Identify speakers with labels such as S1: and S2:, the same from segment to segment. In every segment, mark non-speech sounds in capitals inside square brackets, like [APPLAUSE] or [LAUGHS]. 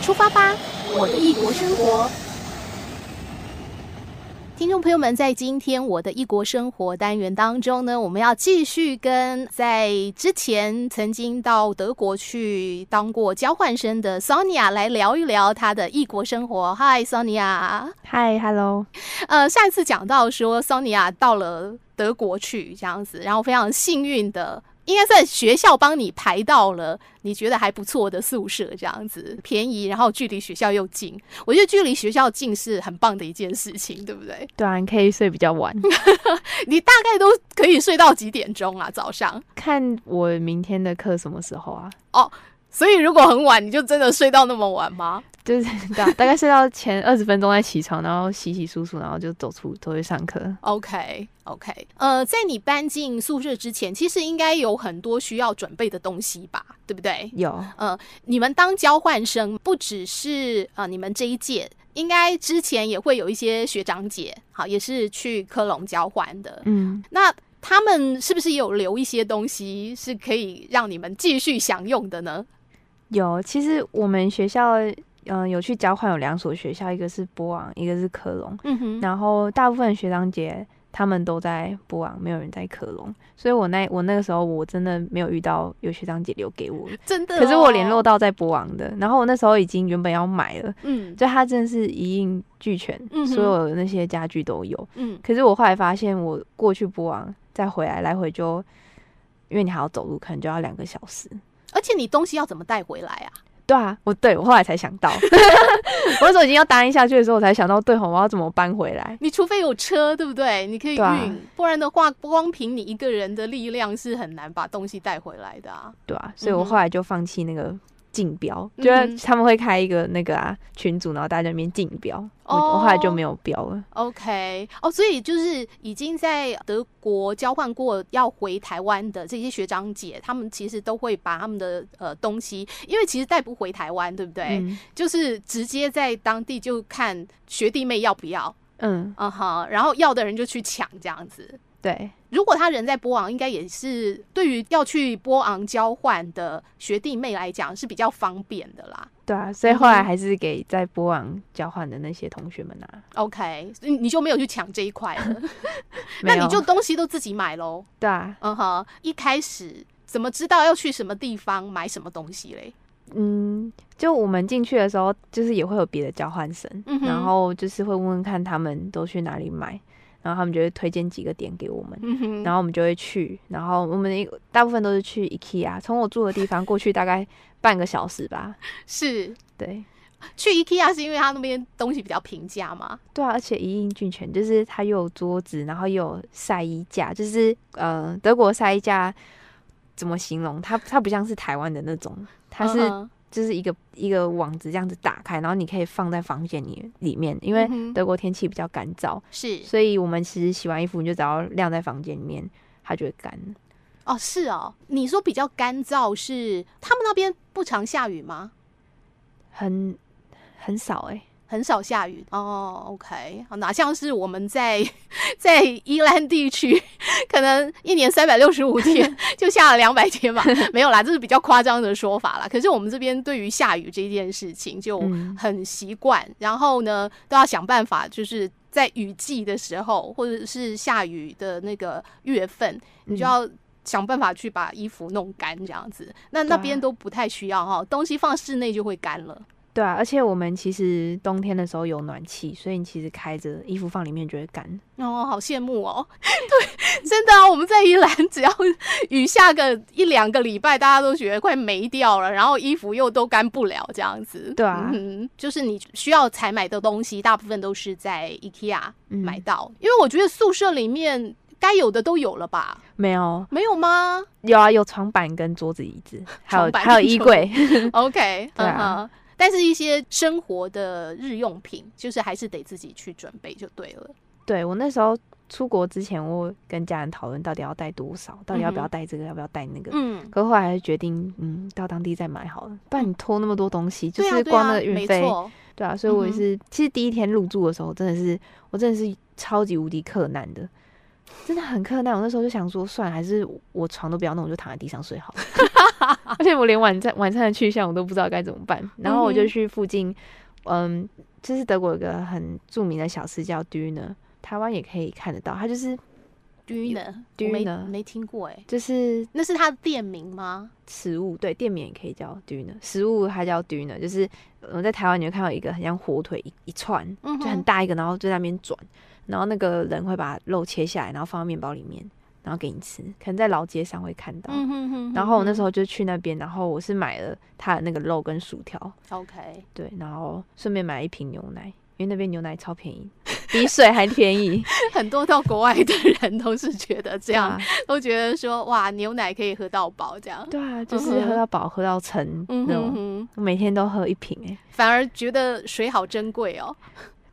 S1: 出发吧，我的异国生活。听众朋友们，在今天我的异国生活单元当中呢，我们要继续跟在之前曾经到德国去当过交换生的 Sonia 来聊一聊她的异国生活。Hi Sonia，
S2: 嗨，Hello，
S1: 呃，上一次讲到说 Sonia 到了德国去这样子，然后非常幸运的，应该在学校帮你排到了你觉得还不错的宿舍，这样子便宜，然后距离学校又近。我觉得距离学校近是很棒的一件事情，对不对？
S2: 对啊，你可以睡比较晚， [LAUGHS]
S1: 你大概都可以睡到几点钟啊？早上？
S2: 看我明天的课什么时候啊？
S1: 所以如果很晚，你就真的睡到那么晚吗？
S2: 就是 [LAUGHS] 大大概睡到前二十分钟再起床，然后洗洗漱漱，然后就走出走去上课。
S1: OK OK，呃，在你搬进宿舍之前，其实应该有很多需要准备的东西吧，对不对？
S2: 有，
S1: 你们当交换生，不只是呃你们这一届，应该之前也会有一些学长姐，好，也是去科隆交换的。
S2: 嗯，
S1: 那他们是不是也有留一些东西是可以让你们继续享用的呢？
S2: 有。其实我们学校，嗯、有去交换有两所学校，一个是波昂，一个是科隆。
S1: 嗯哼，
S2: 然后大部分学长姐他们都在波昂，没有人在科隆，所以我那我那个时候我真的没有遇到有学长姐留给我，
S1: 真的、哦
S2: 可是我联络
S1: 到，
S2: 到在波昂的，然后我那时候已经原本要买了，
S1: 嗯
S2: 就它真的是一应俱全，
S1: 嗯哼
S2: 所有的那些家具都有。
S1: 嗯，
S2: 可是我后来发现，我过去波昂再回来，来回就因为你还要走路，可能就要两个小时。
S1: 而且你东西要怎么带回来啊？
S2: 对啊，我对我后来才想
S1: [LAUGHS]
S2: 到，我那时候已经要答应下去的时候，我才想到，对吼，我要怎么搬回来？
S1: 你除非有车，对不对？你可以运，
S2: 对啊
S1: 不然的话，光凭你一个人的力量是很难把东西带回来的啊。
S2: 对啊，所以我
S1: 嗯哼
S2: 后来就放弃那个竞标，
S1: 嗯哼
S2: 就是他们会开一个那个啊群组，然后大家在那边竞标，我
S1: 哦
S2: 我后来就没有标了。
S1: OK，哦，所以就是已经在德国交换过要回台湾的这些学长姐，他们其实都会把他们的呃东西，因为其实带不回台湾，对不对？
S2: 嗯
S1: 就是直接在当地就看学弟妹要不要，
S2: 嗯，
S1: 嗯哼，然后要的人就去抢这样子。
S2: 对，
S1: 如果他人在波昂，应该也是对于要去波昂交换的学弟妹来讲是比较方便的啦。
S2: 对啊，所以后来
S1: 嗯哼
S2: 还是给在波昂交换的那些同学们啊拿。
S1: OK，你你就没有去抢这一块
S2: [LAUGHS]
S1: 了，那
S2: 没有
S1: 你就东西都自己买喽。
S2: 对啊，
S1: 嗯哼，一开始怎么知道要去什么地方买什么东西嘞？
S2: 嗯，就我们进去的时候，就是也会有别的交换生，
S1: 嗯哼
S2: 然后就是会问问看他们都去哪里买，然后他们就会推荐几个点给我们，
S1: 嗯哼，
S2: 然后我们就会去，然后我们一大部分都是去 IKEA，从我住的地方过去大概半个小时吧，
S1: 是
S2: 对。
S1: 去 IKEA 是因为他那边东西比较平价嘛？
S2: 对啊，而且一应俱全，就是它又有桌子，然后又有晒衣架，就是呃，德国晒衣架怎么形容？它它不像是台湾的那种，它是
S1: 嗯哼
S2: 就是一个一个网子这样子打开，然后你可以放在房间里里面，因为
S1: 嗯哼
S2: 德国天气比较干燥，
S1: 是
S2: 所以我们其实洗完衣服你就只要晾在房间里面，它就会干。
S1: 哦，是哦。你说比较干燥是他们那边不常下雨吗？
S2: 很很少哎、
S1: 很少下雨哦，OK，好哪像是我们在 [LAUGHS] 在宜兰地区，可能一年三百六十五天就下了两百天
S2: [LAUGHS]
S1: 吧，没有啦，这是比较夸张的说法啦。可是我们这边对于下雨这件事情就
S2: 嗯
S1: 很习惯，然后呢都要想办法，就是在雨季的时候或者是下雨的那个月份，你就
S2: 嗯
S1: 要。想办法去把衣服弄干，这样子，那那
S2: 对啊
S1: 边都不太需要哈，东西放室内就会干了。
S2: 对啊，而且我们其实冬天的时候有暖气，所以你其实开着衣服放里面就会干。
S1: 哦，好羡慕哦！ [LAUGHS] 对，真的啊，我们在宜兰，只要雨下个一两个礼拜，大家都觉得快没掉了，然后衣服又都干不了，这样子。
S2: 对啊
S1: 嗯，就是你需要采买的东西，大部分都是在 IKEA
S2: 嗯
S1: 买到，因为我觉得宿舍里面该有的都有了吧？
S2: 没有，
S1: 没有吗
S2: 有啊，有床板跟桌子、椅子，还有
S1: 床板
S2: 还有
S1: 跟
S2: 衣
S1: 桌 [LAUGHS]
S2: 柜。
S1: [LAUGHS] ？OK，
S2: [LAUGHS] 对
S1: 嗯
S2: 啊
S1: 哼但是一些生活的日用品，就是还是得自己去准备就对了。
S2: 对我那时候出国之前，我跟家人讨论到底要带多少，到底要不
S1: 嗯
S2: 要
S1: 哼
S2: 带这个，要不要带那个。
S1: 嗯，
S2: 可后来还是决定，嗯，到当地再买好了，不然你拖那么多东西，就
S1: 对啊，
S2: 是
S1: 对
S2: 光
S1: 啊
S2: 那个，运
S1: 没
S2: 费，
S1: 错。
S2: 对啊，所以我
S1: 嗯
S2: 也
S1: 哼
S2: 是，其实第一天入住的时候，真的是我真的是超级无敌克难的，真的很困难。我那时候就想说，算了，还是我床都不要弄，我就躺在地上睡好了。 [LAUGHS] 而且我连晚餐晚餐的去向我都不知道该怎么办。然后我
S1: 嗯
S2: 就
S1: 哼
S2: 去附近，嗯，就是德国有个很著名的小吃叫 Dune，台湾也可以看得到。它就是
S1: ，Dune，我
S2: Dune
S1: 没没听过哎、
S2: 就是
S1: 那是它的店名吗？
S2: 食物，对，店名也可以叫 Dune，食物它叫 Dune，就是我在台湾你会看到一个很像火腿一一串，
S1: 嗯
S2: 就很
S1: 哼，
S2: 大一个，然后就在那边转，然后那个人会把肉切下来，然后放到面包里面，然后给你吃。可能在老街上会看到。
S1: 嗯哼哼
S2: 然后我那时
S1: 候
S2: 候就去那边，然后我是买了他的那个肉跟薯条，
S1: OK， [LAUGHS]
S2: 对，然后顺便买了一瓶牛奶，因为那边牛奶超便宜，比水还便宜。
S1: 很多到国外的人都 [LAUGHS] 是觉得这
S2: 对
S1: 样，
S2: 啊，
S1: 都觉得说哇，牛奶可以喝到饱这样。
S2: 对啊，就
S1: 嗯
S2: 是
S1: 哼
S2: 喝到饱，喝到撑
S1: 嗯
S2: 那
S1: 哼
S2: 种，
S1: 哼，
S2: 我每天都喝一瓶哎、
S1: 反而觉得水好珍贵哦，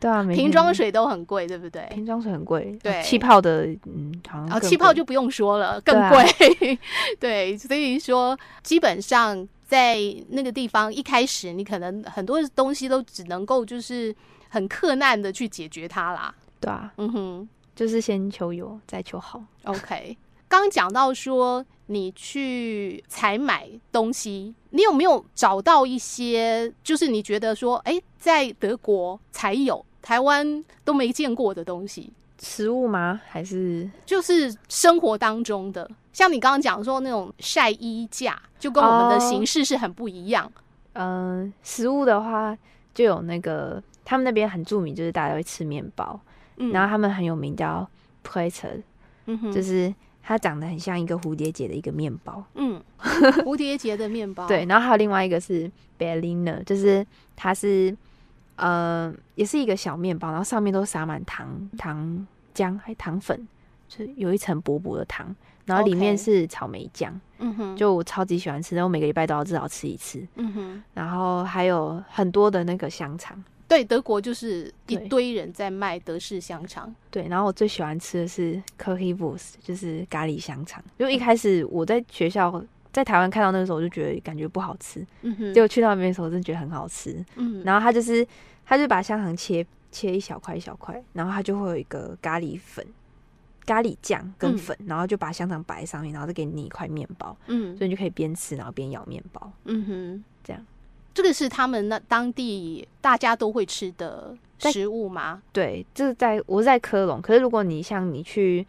S2: 对啊，每天
S1: 瓶装。水都很贵，对不对？
S2: 瓶装水很贵，呃
S1: 对
S2: 气泡的，嗯，好像
S1: 啊，
S2: 更
S1: 气泡
S2: 贵
S1: 就不用说了，更
S2: 对啊
S1: 贵。 [LAUGHS] 对，所以说基本上在那个地方一开始，你可能很多东西都只能够就是很克难的去解决它啦。
S2: 对啊，
S1: 嗯哼
S2: 就是先求有，再求好。
S1: ，OK。刚刚讲到说你去采买东西，你有没有找到一些就是你觉得说，哎，在德国才有，台湾都没见过的东西？
S2: 食物吗？还是
S1: 就是生活当中的，像你刚刚讲说那种晒衣架，就跟我们的
S2: 哦
S1: 形式是很不一样。
S2: 嗯，食物的话就有那个，他们那边很著名，就是大家会吃面包，
S1: 嗯
S2: 然后他们很有名叫 p r e t e
S1: 嗯哼，
S2: 就是它长得很像一个蝴蝶结的一个面包。
S1: 嗯，蝴蝶结的面包，
S2: 对，，然后还有另外一个是 b e r l i n e r 就是它是呃也是一个小面包，然后上面都撒满糖糖浆还糖粉，就是有一层薄薄的糖，然后里面
S1: OK
S2: 是草莓酱。
S1: 嗯哼，
S2: 就我超级喜欢吃，然后每个礼拜都要至少吃一次。
S1: 嗯哼，
S2: 然后还有很多的那个香肠，
S1: 对，德国就是一
S2: 对
S1: 堆人在卖德式香肠，
S2: 对，然后我最喜欢吃的是 cookie b o o s 就是咖喱香肠。就一开始我在学校在台湾看到那个时候，我就觉得感觉不好吃，
S1: 嗯哼，
S2: 结果去到那边的时候，真的觉得很好吃。
S1: 嗯
S2: 然后它就是它就把香肠切切一小块一小块，然后它就会有一个咖喱粉、咖喱酱跟
S1: 嗯
S2: 粉，然后就把香肠摆在上面，然后再给你一块面包，
S1: 嗯
S2: 所以你就可以边吃然后边咬面包。
S1: 嗯哼，
S2: 这样，
S1: 这个是他们那当地大家都会吃的
S2: 在
S1: 食物吗？
S2: 对，这是在我是在科隆，可是如果你像你去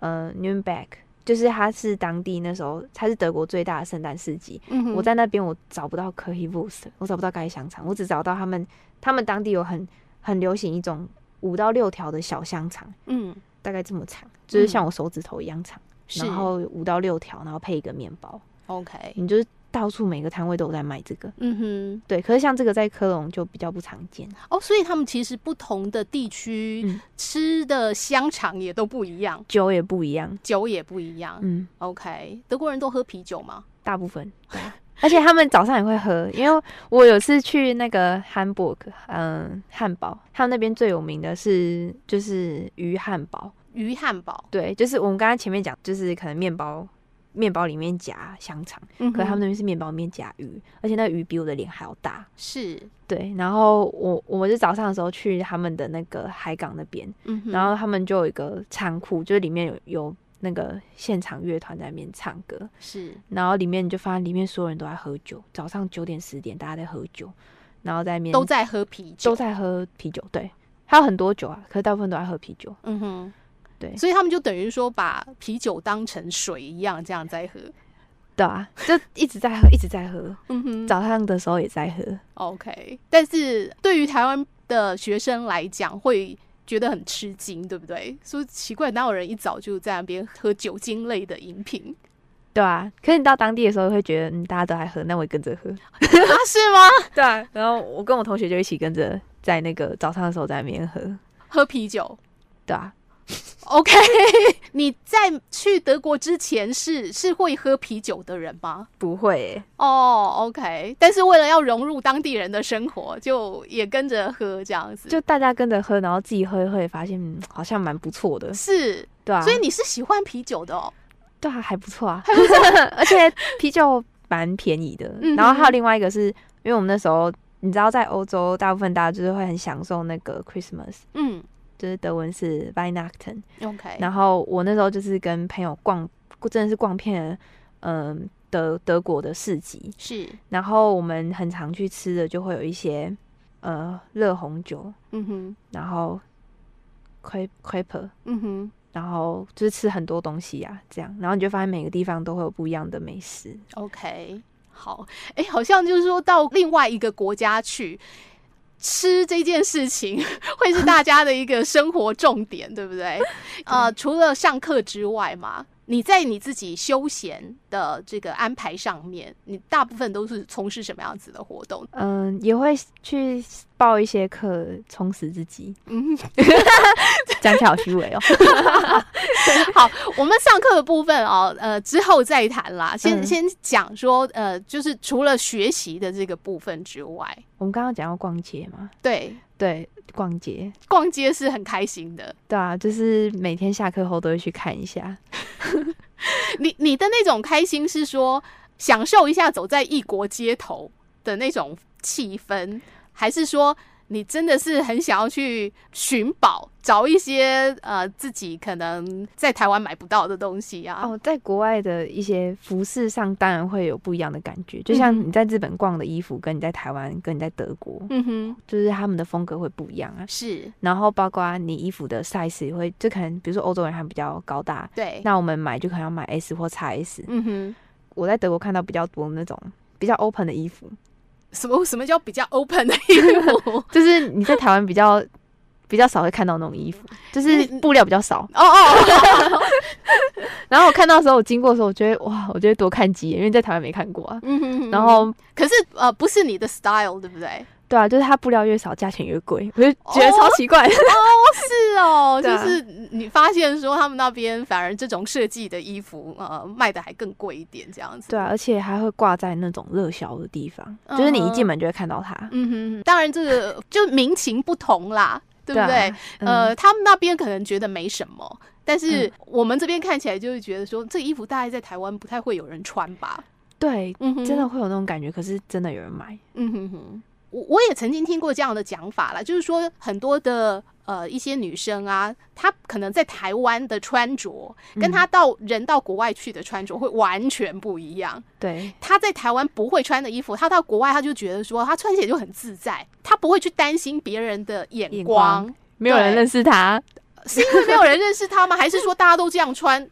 S2: 呃 Nuremberg，就是它是当地那时候它是德国最大的圣诞市集。
S1: 嗯哼，
S2: 我在那边我找不到 c o o k i e w u s t 我找不到咖喱香肠，我只找到他们他们当地有很很流行一种五到六条的小香肠，
S1: 嗯
S2: 大概这么长，就是像
S1: 嗯
S2: 我手指头一样长，
S1: 是
S2: 然后五到六条，然后配一个面包，
S1: OK，
S2: 你就是到处每个摊位都有在卖这个。
S1: 嗯哼。
S2: 对，可是像这个在科隆就比较不常见。
S1: 哦，所以他们其实不同的地区、
S2: 嗯
S1: 吃的香肠也都不一样，
S2: 酒也不一样，
S1: 酒也不一样。
S2: 嗯，
S1: OK，德国人都喝啤酒吗？
S2: 大部分。对啊而且他们早上也会喝，因为我有次去那个 Hamburg，嗯，汉堡，他们那边最有名的是就是鱼汉堡，
S1: 鱼汉堡，
S2: 对，就是我们刚刚前面讲，就是可能面包面包里面夹香肠，
S1: 嗯
S2: 可是他们
S1: 哼
S2: 那边是面包里面夹鱼，而且那鱼比我的脸还要大，
S1: 是，
S2: 对。然后我我就早上的时候去他们的那个海港那边，
S1: 嗯哼，
S2: 然后他们就有一个仓库，就是里面有有那个现场乐团在那边唱歌，
S1: 是，
S2: 然后里面你就发现里面所有人都在喝酒，早上九点十点大家在喝酒，然后在面
S1: 都在喝啤酒，
S2: 都，在喝啤酒，对，还有很多酒啊，可是大部分都在喝啤酒，
S1: 嗯哼，
S2: 对
S1: 所以他们就等于说把啤酒当成水一样这样在喝，
S2: 对啊，就一直在喝，一直在喝，
S1: 嗯哼
S2: 早上的时候也在喝，
S1: ，OK。但是对于台湾的学生来讲，会。觉得很吃惊，对不对？说奇怪，哪有人一早就在那边喝酒精类的饮品
S2: 对啊，可是你到当地的时候会觉得，嗯，大家都在喝，那我也跟着喝，
S1: 啊？是吗？
S2: [LAUGHS] 对啊，然后我跟我同学就一起跟着在那个早上的时候在那边喝，
S1: 喝啤酒，
S2: 对啊，
S1: OK，你在去德国之前是是会喝啤酒的人吗？
S2: 不会欸、
S1: 哦、o k 但是为了要融入当地人的生活，就也跟着喝这样子，
S2: 就大家跟着喝，然后自己喝一喝，也发现、嗯、好像蛮不错的，
S1: 是，
S2: 对啊，
S1: 所以你是喜欢啤酒的哦。
S2: 对啊，还不错啊， [LAUGHS] 而且啤酒蛮便宜的。
S1: 嗯哼
S2: 然后还有另外一个是，因为我们那时候你知道，在欧洲大部分大家就是会很享受那个 Christmas，
S1: 嗯，
S2: 就是德文是 v i n a c t e n
S1: OK，
S2: 然后我那时候就是跟朋友逛，真的是逛遍了，嗯、德德国的市集。
S1: 是，
S2: 然后我们很常去吃的就会有一些呃热红酒，
S1: 嗯哼，
S2: 然后 c r e c r e p e
S1: 嗯哼
S2: 然后就是吃很多东西啊，这样，然后你就发现每个地方都会有不一样的美食。
S1: ，OK，好，哎、好像就是说到另外一个国家去。吃这件事情会是大家的一个生活重点，对不对？呃，除了上课之外嘛，你在你自己休闲的这个安排上面，你大部分都是从事什么样子的活动？
S2: 嗯，也会去报一些课充实自己， [LAUGHS]
S1: 嗯，
S2: 讲起来好虚伪哦。
S1: [LAUGHS]
S2: [LAUGHS]
S1: 好，我们上课的部分哦，呃，之后再谈啦。先、
S2: 嗯
S1: 先讲说，呃，就是除了学习的这个部分之外，
S2: 我们刚刚讲要逛街嘛，
S1: 对，
S2: 对，逛街，
S1: 逛街是很开心的。
S2: 对啊，就是每天下课后都会去看一下。
S1: 你你的那种开心是说享受一下走在异国街头的那种气氛，还是说你真的是很想要去寻宝，找一些呃自己可能在台湾买不到的东西啊？
S2: 哦，在国外的一些服饰上，当然会有不一样的感觉。就像
S1: 嗯
S2: 你在日本逛的衣服，跟你在台湾，跟你在德国，
S1: 嗯哼，
S2: 就是他们的风格会不一样啊。
S1: 是
S2: 然后包括你衣服的 size 也会，就可能比如说欧洲人还比较高大，
S1: 对，
S2: 那我们买就可能要买 S 或 XS。
S1: 嗯哼。
S2: 我在德国看到比较多那种比较 open 的衣服，
S1: 什么什么叫比较 open 的哦衣
S2: [LAUGHS]
S1: 服？
S2: 就是你在台湾比较比较少会看到那种衣服，就是
S1: 你
S2: 布料比较少。
S1: 哦
S2: [LAUGHS]
S1: 哦，
S2: 然后我看到的时候，我经过的时候，我觉得哇，我觉得多看几眼，因为在台湾没看过啊。
S1: 嗯哼
S2: 然后
S1: 可是呃，不是你的 style，对不对？
S2: 对啊，就是它布料越少，价钱越贵，我就觉得
S1: 哦
S2: 超奇怪。
S1: 是哦，
S2: 对
S1: 就
S2: 啊
S1: 是你发现说他们那边反而这种设计的衣服呃卖的还更贵一点，这样子。
S2: [LAUGHS] 对啊，而且还会挂在那种热销的地方，就是你一进门就会看到它，
S1: 嗯哼，当然这个就民情不同啦，对不
S2: 啊
S1: 对？？
S2: 嗯
S1: 呃，他们那边可能觉得没什么，但是
S2: 嗯
S1: 我们这边看起来就会觉得说，这衣服大概在台湾不太会有人穿吧。
S2: 对，
S1: 嗯哼
S2: 真的，会有那种感觉，可是真的有人买，
S1: 嗯哼哼，我我也曾经听过这样的讲法啦，就是说很多的呃一些女生啊，她可能在台湾的穿着，跟
S2: 嗯
S1: 她到人到国外去的穿着会完全不一样。
S2: 对
S1: 她在台湾不会穿的衣服，她到国外她就觉得说她穿起来就很自在，她不会去担心别人的眼
S2: 眼
S1: 光，
S2: 光没有人
S1: 对
S2: 认识它。
S1: 是因为没有人认识她吗？还是说大家都这样穿
S2: [LAUGHS]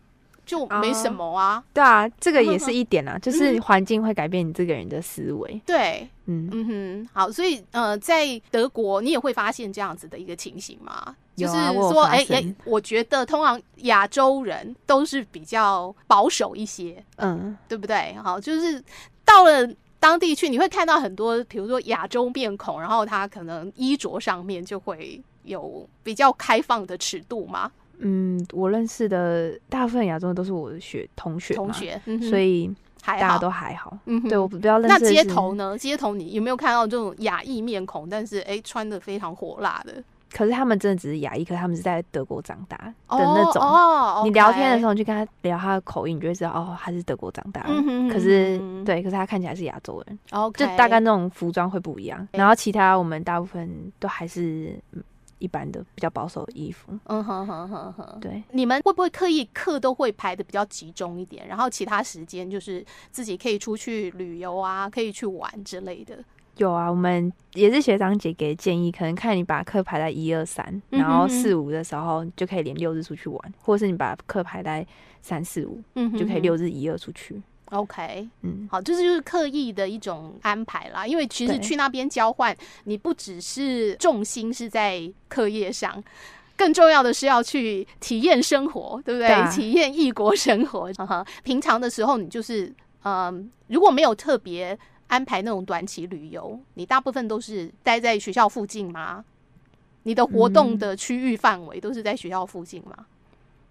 S1: 就
S2: 哦
S1: 没什么啊？
S2: 对啊，这个
S1: 嗯
S2: 也
S1: 哼
S2: 是一点啊，就是环境会改变你这个人的思维。
S1: 对，
S2: 嗯，
S1: 嗯哼，好，所以呃，在德国你也会发现这样子的一个情形吗？就
S2: 有
S1: 是
S2: 啊我有
S1: 说，
S2: 发
S1: 哎、
S2: 现
S1: 哎我觉得通常亚洲人都是比较保守一些，
S2: 嗯，
S1: 对不对？好，就是到了。当地去你会看到很多，比如说亚洲面孔，然后他可能衣着上面就会有比较开放的尺度嘛。
S2: 嗯，我认识的大部分亚洲人都是我的学同学，
S1: 同，学，嗯哼、
S2: 所以
S1: 还
S2: 大家
S1: 好。
S2: 都还好。
S1: 嗯哼
S2: 对我比较认
S1: 那
S2: 识的
S1: 街
S2: 是
S1: 头，呢？街头你有没有看到这种亚裔面孔，但是哎、穿的非常火辣的？
S2: 可是他们真的只是亚裔，可是他们是在德国长大的那种。
S1: 哦，
S2: 你聊天的时
S1: 候，
S2: 候，你去跟他聊他的口音，你就会知道哦，他是德国长大的。
S1: 嗯哼
S2: 可是
S1: 嗯哼嗯
S2: 对，可是他看起来是亚洲人，
S1: OK，
S2: 就大概那种服装会不一样。
S1: 哎
S2: 然后其他我们大部分都还是嗯一般的比较保守的衣服。
S1: 嗯哼哼哼哼。
S2: 对，
S1: 你们会不会刻意课都会排的比较集中一点，然后其他时间就是自己可以出去旅游啊，可以去玩之类的？
S2: 有啊，我们也是学长姐给的建议，可能看你把课排在一二三，
S1: 嗯哼
S2: 然后
S1: 哼
S2: 四五的时候你就可以连六日出去玩，或者是你把课排在三四五
S1: 嗯
S2: 就可以六。日一二出去。
S1: OK，
S2: 嗯，
S1: 好，这就是刻意的一种安排啦。因为其实
S2: 对
S1: 去那边交换，你不只是重心是在课业上。更重要的是要去体验生活，对不对？
S2: 对啊
S1: 体验异国生活。嗯哼平常的时候，你就是嗯，如果没有特别安排那种短期旅游，你大部分都是待在学校附近吗？你的活动
S2: 嗯
S1: 的区域范围都是在学校附近吗？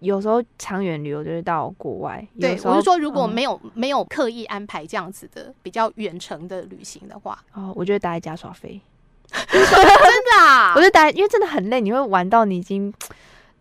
S2: 有时候长远旅游就是到国外，有
S1: 对，
S2: 时
S1: 我
S2: 候
S1: 是说，如果
S2: 嗯
S1: 没有、没有刻意安排这样子的比较远程的旅行的话，
S2: 哦，我就会待在家耍飞，
S1: 真的啊啊
S2: 我？就待，因为真的很累，你会玩到你已经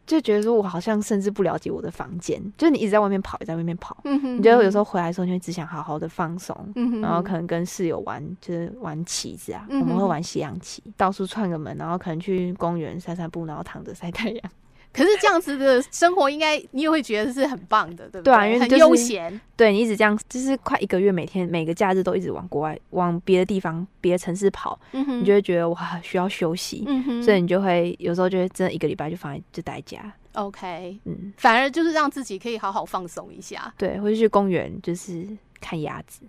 S2: 就觉得说我好像甚至不了解我的房间，就是你一直在外面跑，一直在外面跑，
S1: 嗯哼，
S2: [LAUGHS] 你觉得有时
S1: 候，
S2: 候回来的时候，你会只想好好的放松，
S1: 嗯哼，
S2: 然后可能跟室友玩，就是玩棋子啊，
S1: 嗯
S2: 我们会
S1: 哼
S2: 玩西洋棋，到处串个门，然后可能去公园散散步，然后躺着晒太阳。 [LAUGHS]
S1: 可是这样子的生活，应该你也会觉得是很棒的，对不
S2: 对啊因为
S1: 很
S2: 就是
S1: 悠闲，
S2: 对你一直这样，就是快一个月，每天每个假日都一直往国外、往别的地方、别的城市跑，
S1: 嗯哼
S2: 你就会觉得哇，需要休息，
S1: 嗯哼，
S2: 所以你就会有时候就会真的一个礼拜就放在就待在家，
S1: OK，
S2: 嗯，
S1: 反而就是让自己可以好好放松一下。 [LAUGHS]
S2: 对，或者去公园就是看鸭子，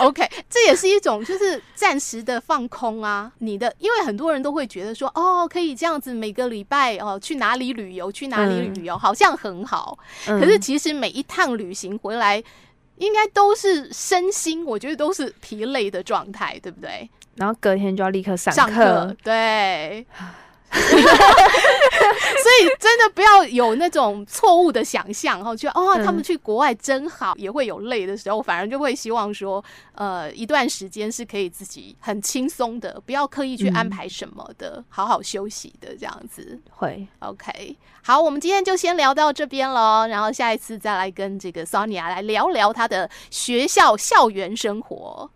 S1: OK，这也是一种就是暂时的放空啊。你的，因为很多人都会觉得说，哦，可以这样子每个礼拜哦去哪里旅游，去哪里
S2: 嗯
S1: 旅游，好像很好。
S2: 嗯
S1: 可是其实每一趟旅行回来，应该都是身心，我觉得都是疲累的状态，对不对？
S2: 然后隔天就要立刻上
S1: 上课， [LAUGHS] 对。所以真的不要有那种错误的想象，然后觉得哦，
S2: 嗯
S1: 他们去国外真好，也会有累的时候，反而就会希望说，呃，一段时间是可以自己很轻松的，不要刻意去安
S2: 嗯
S1: 排什么的，好好休息的这样子。
S2: 会
S1: OK，好，我们今天就先聊到这边喽，然后下一次再来跟这个 Sonia 来聊聊她的学校校园生活。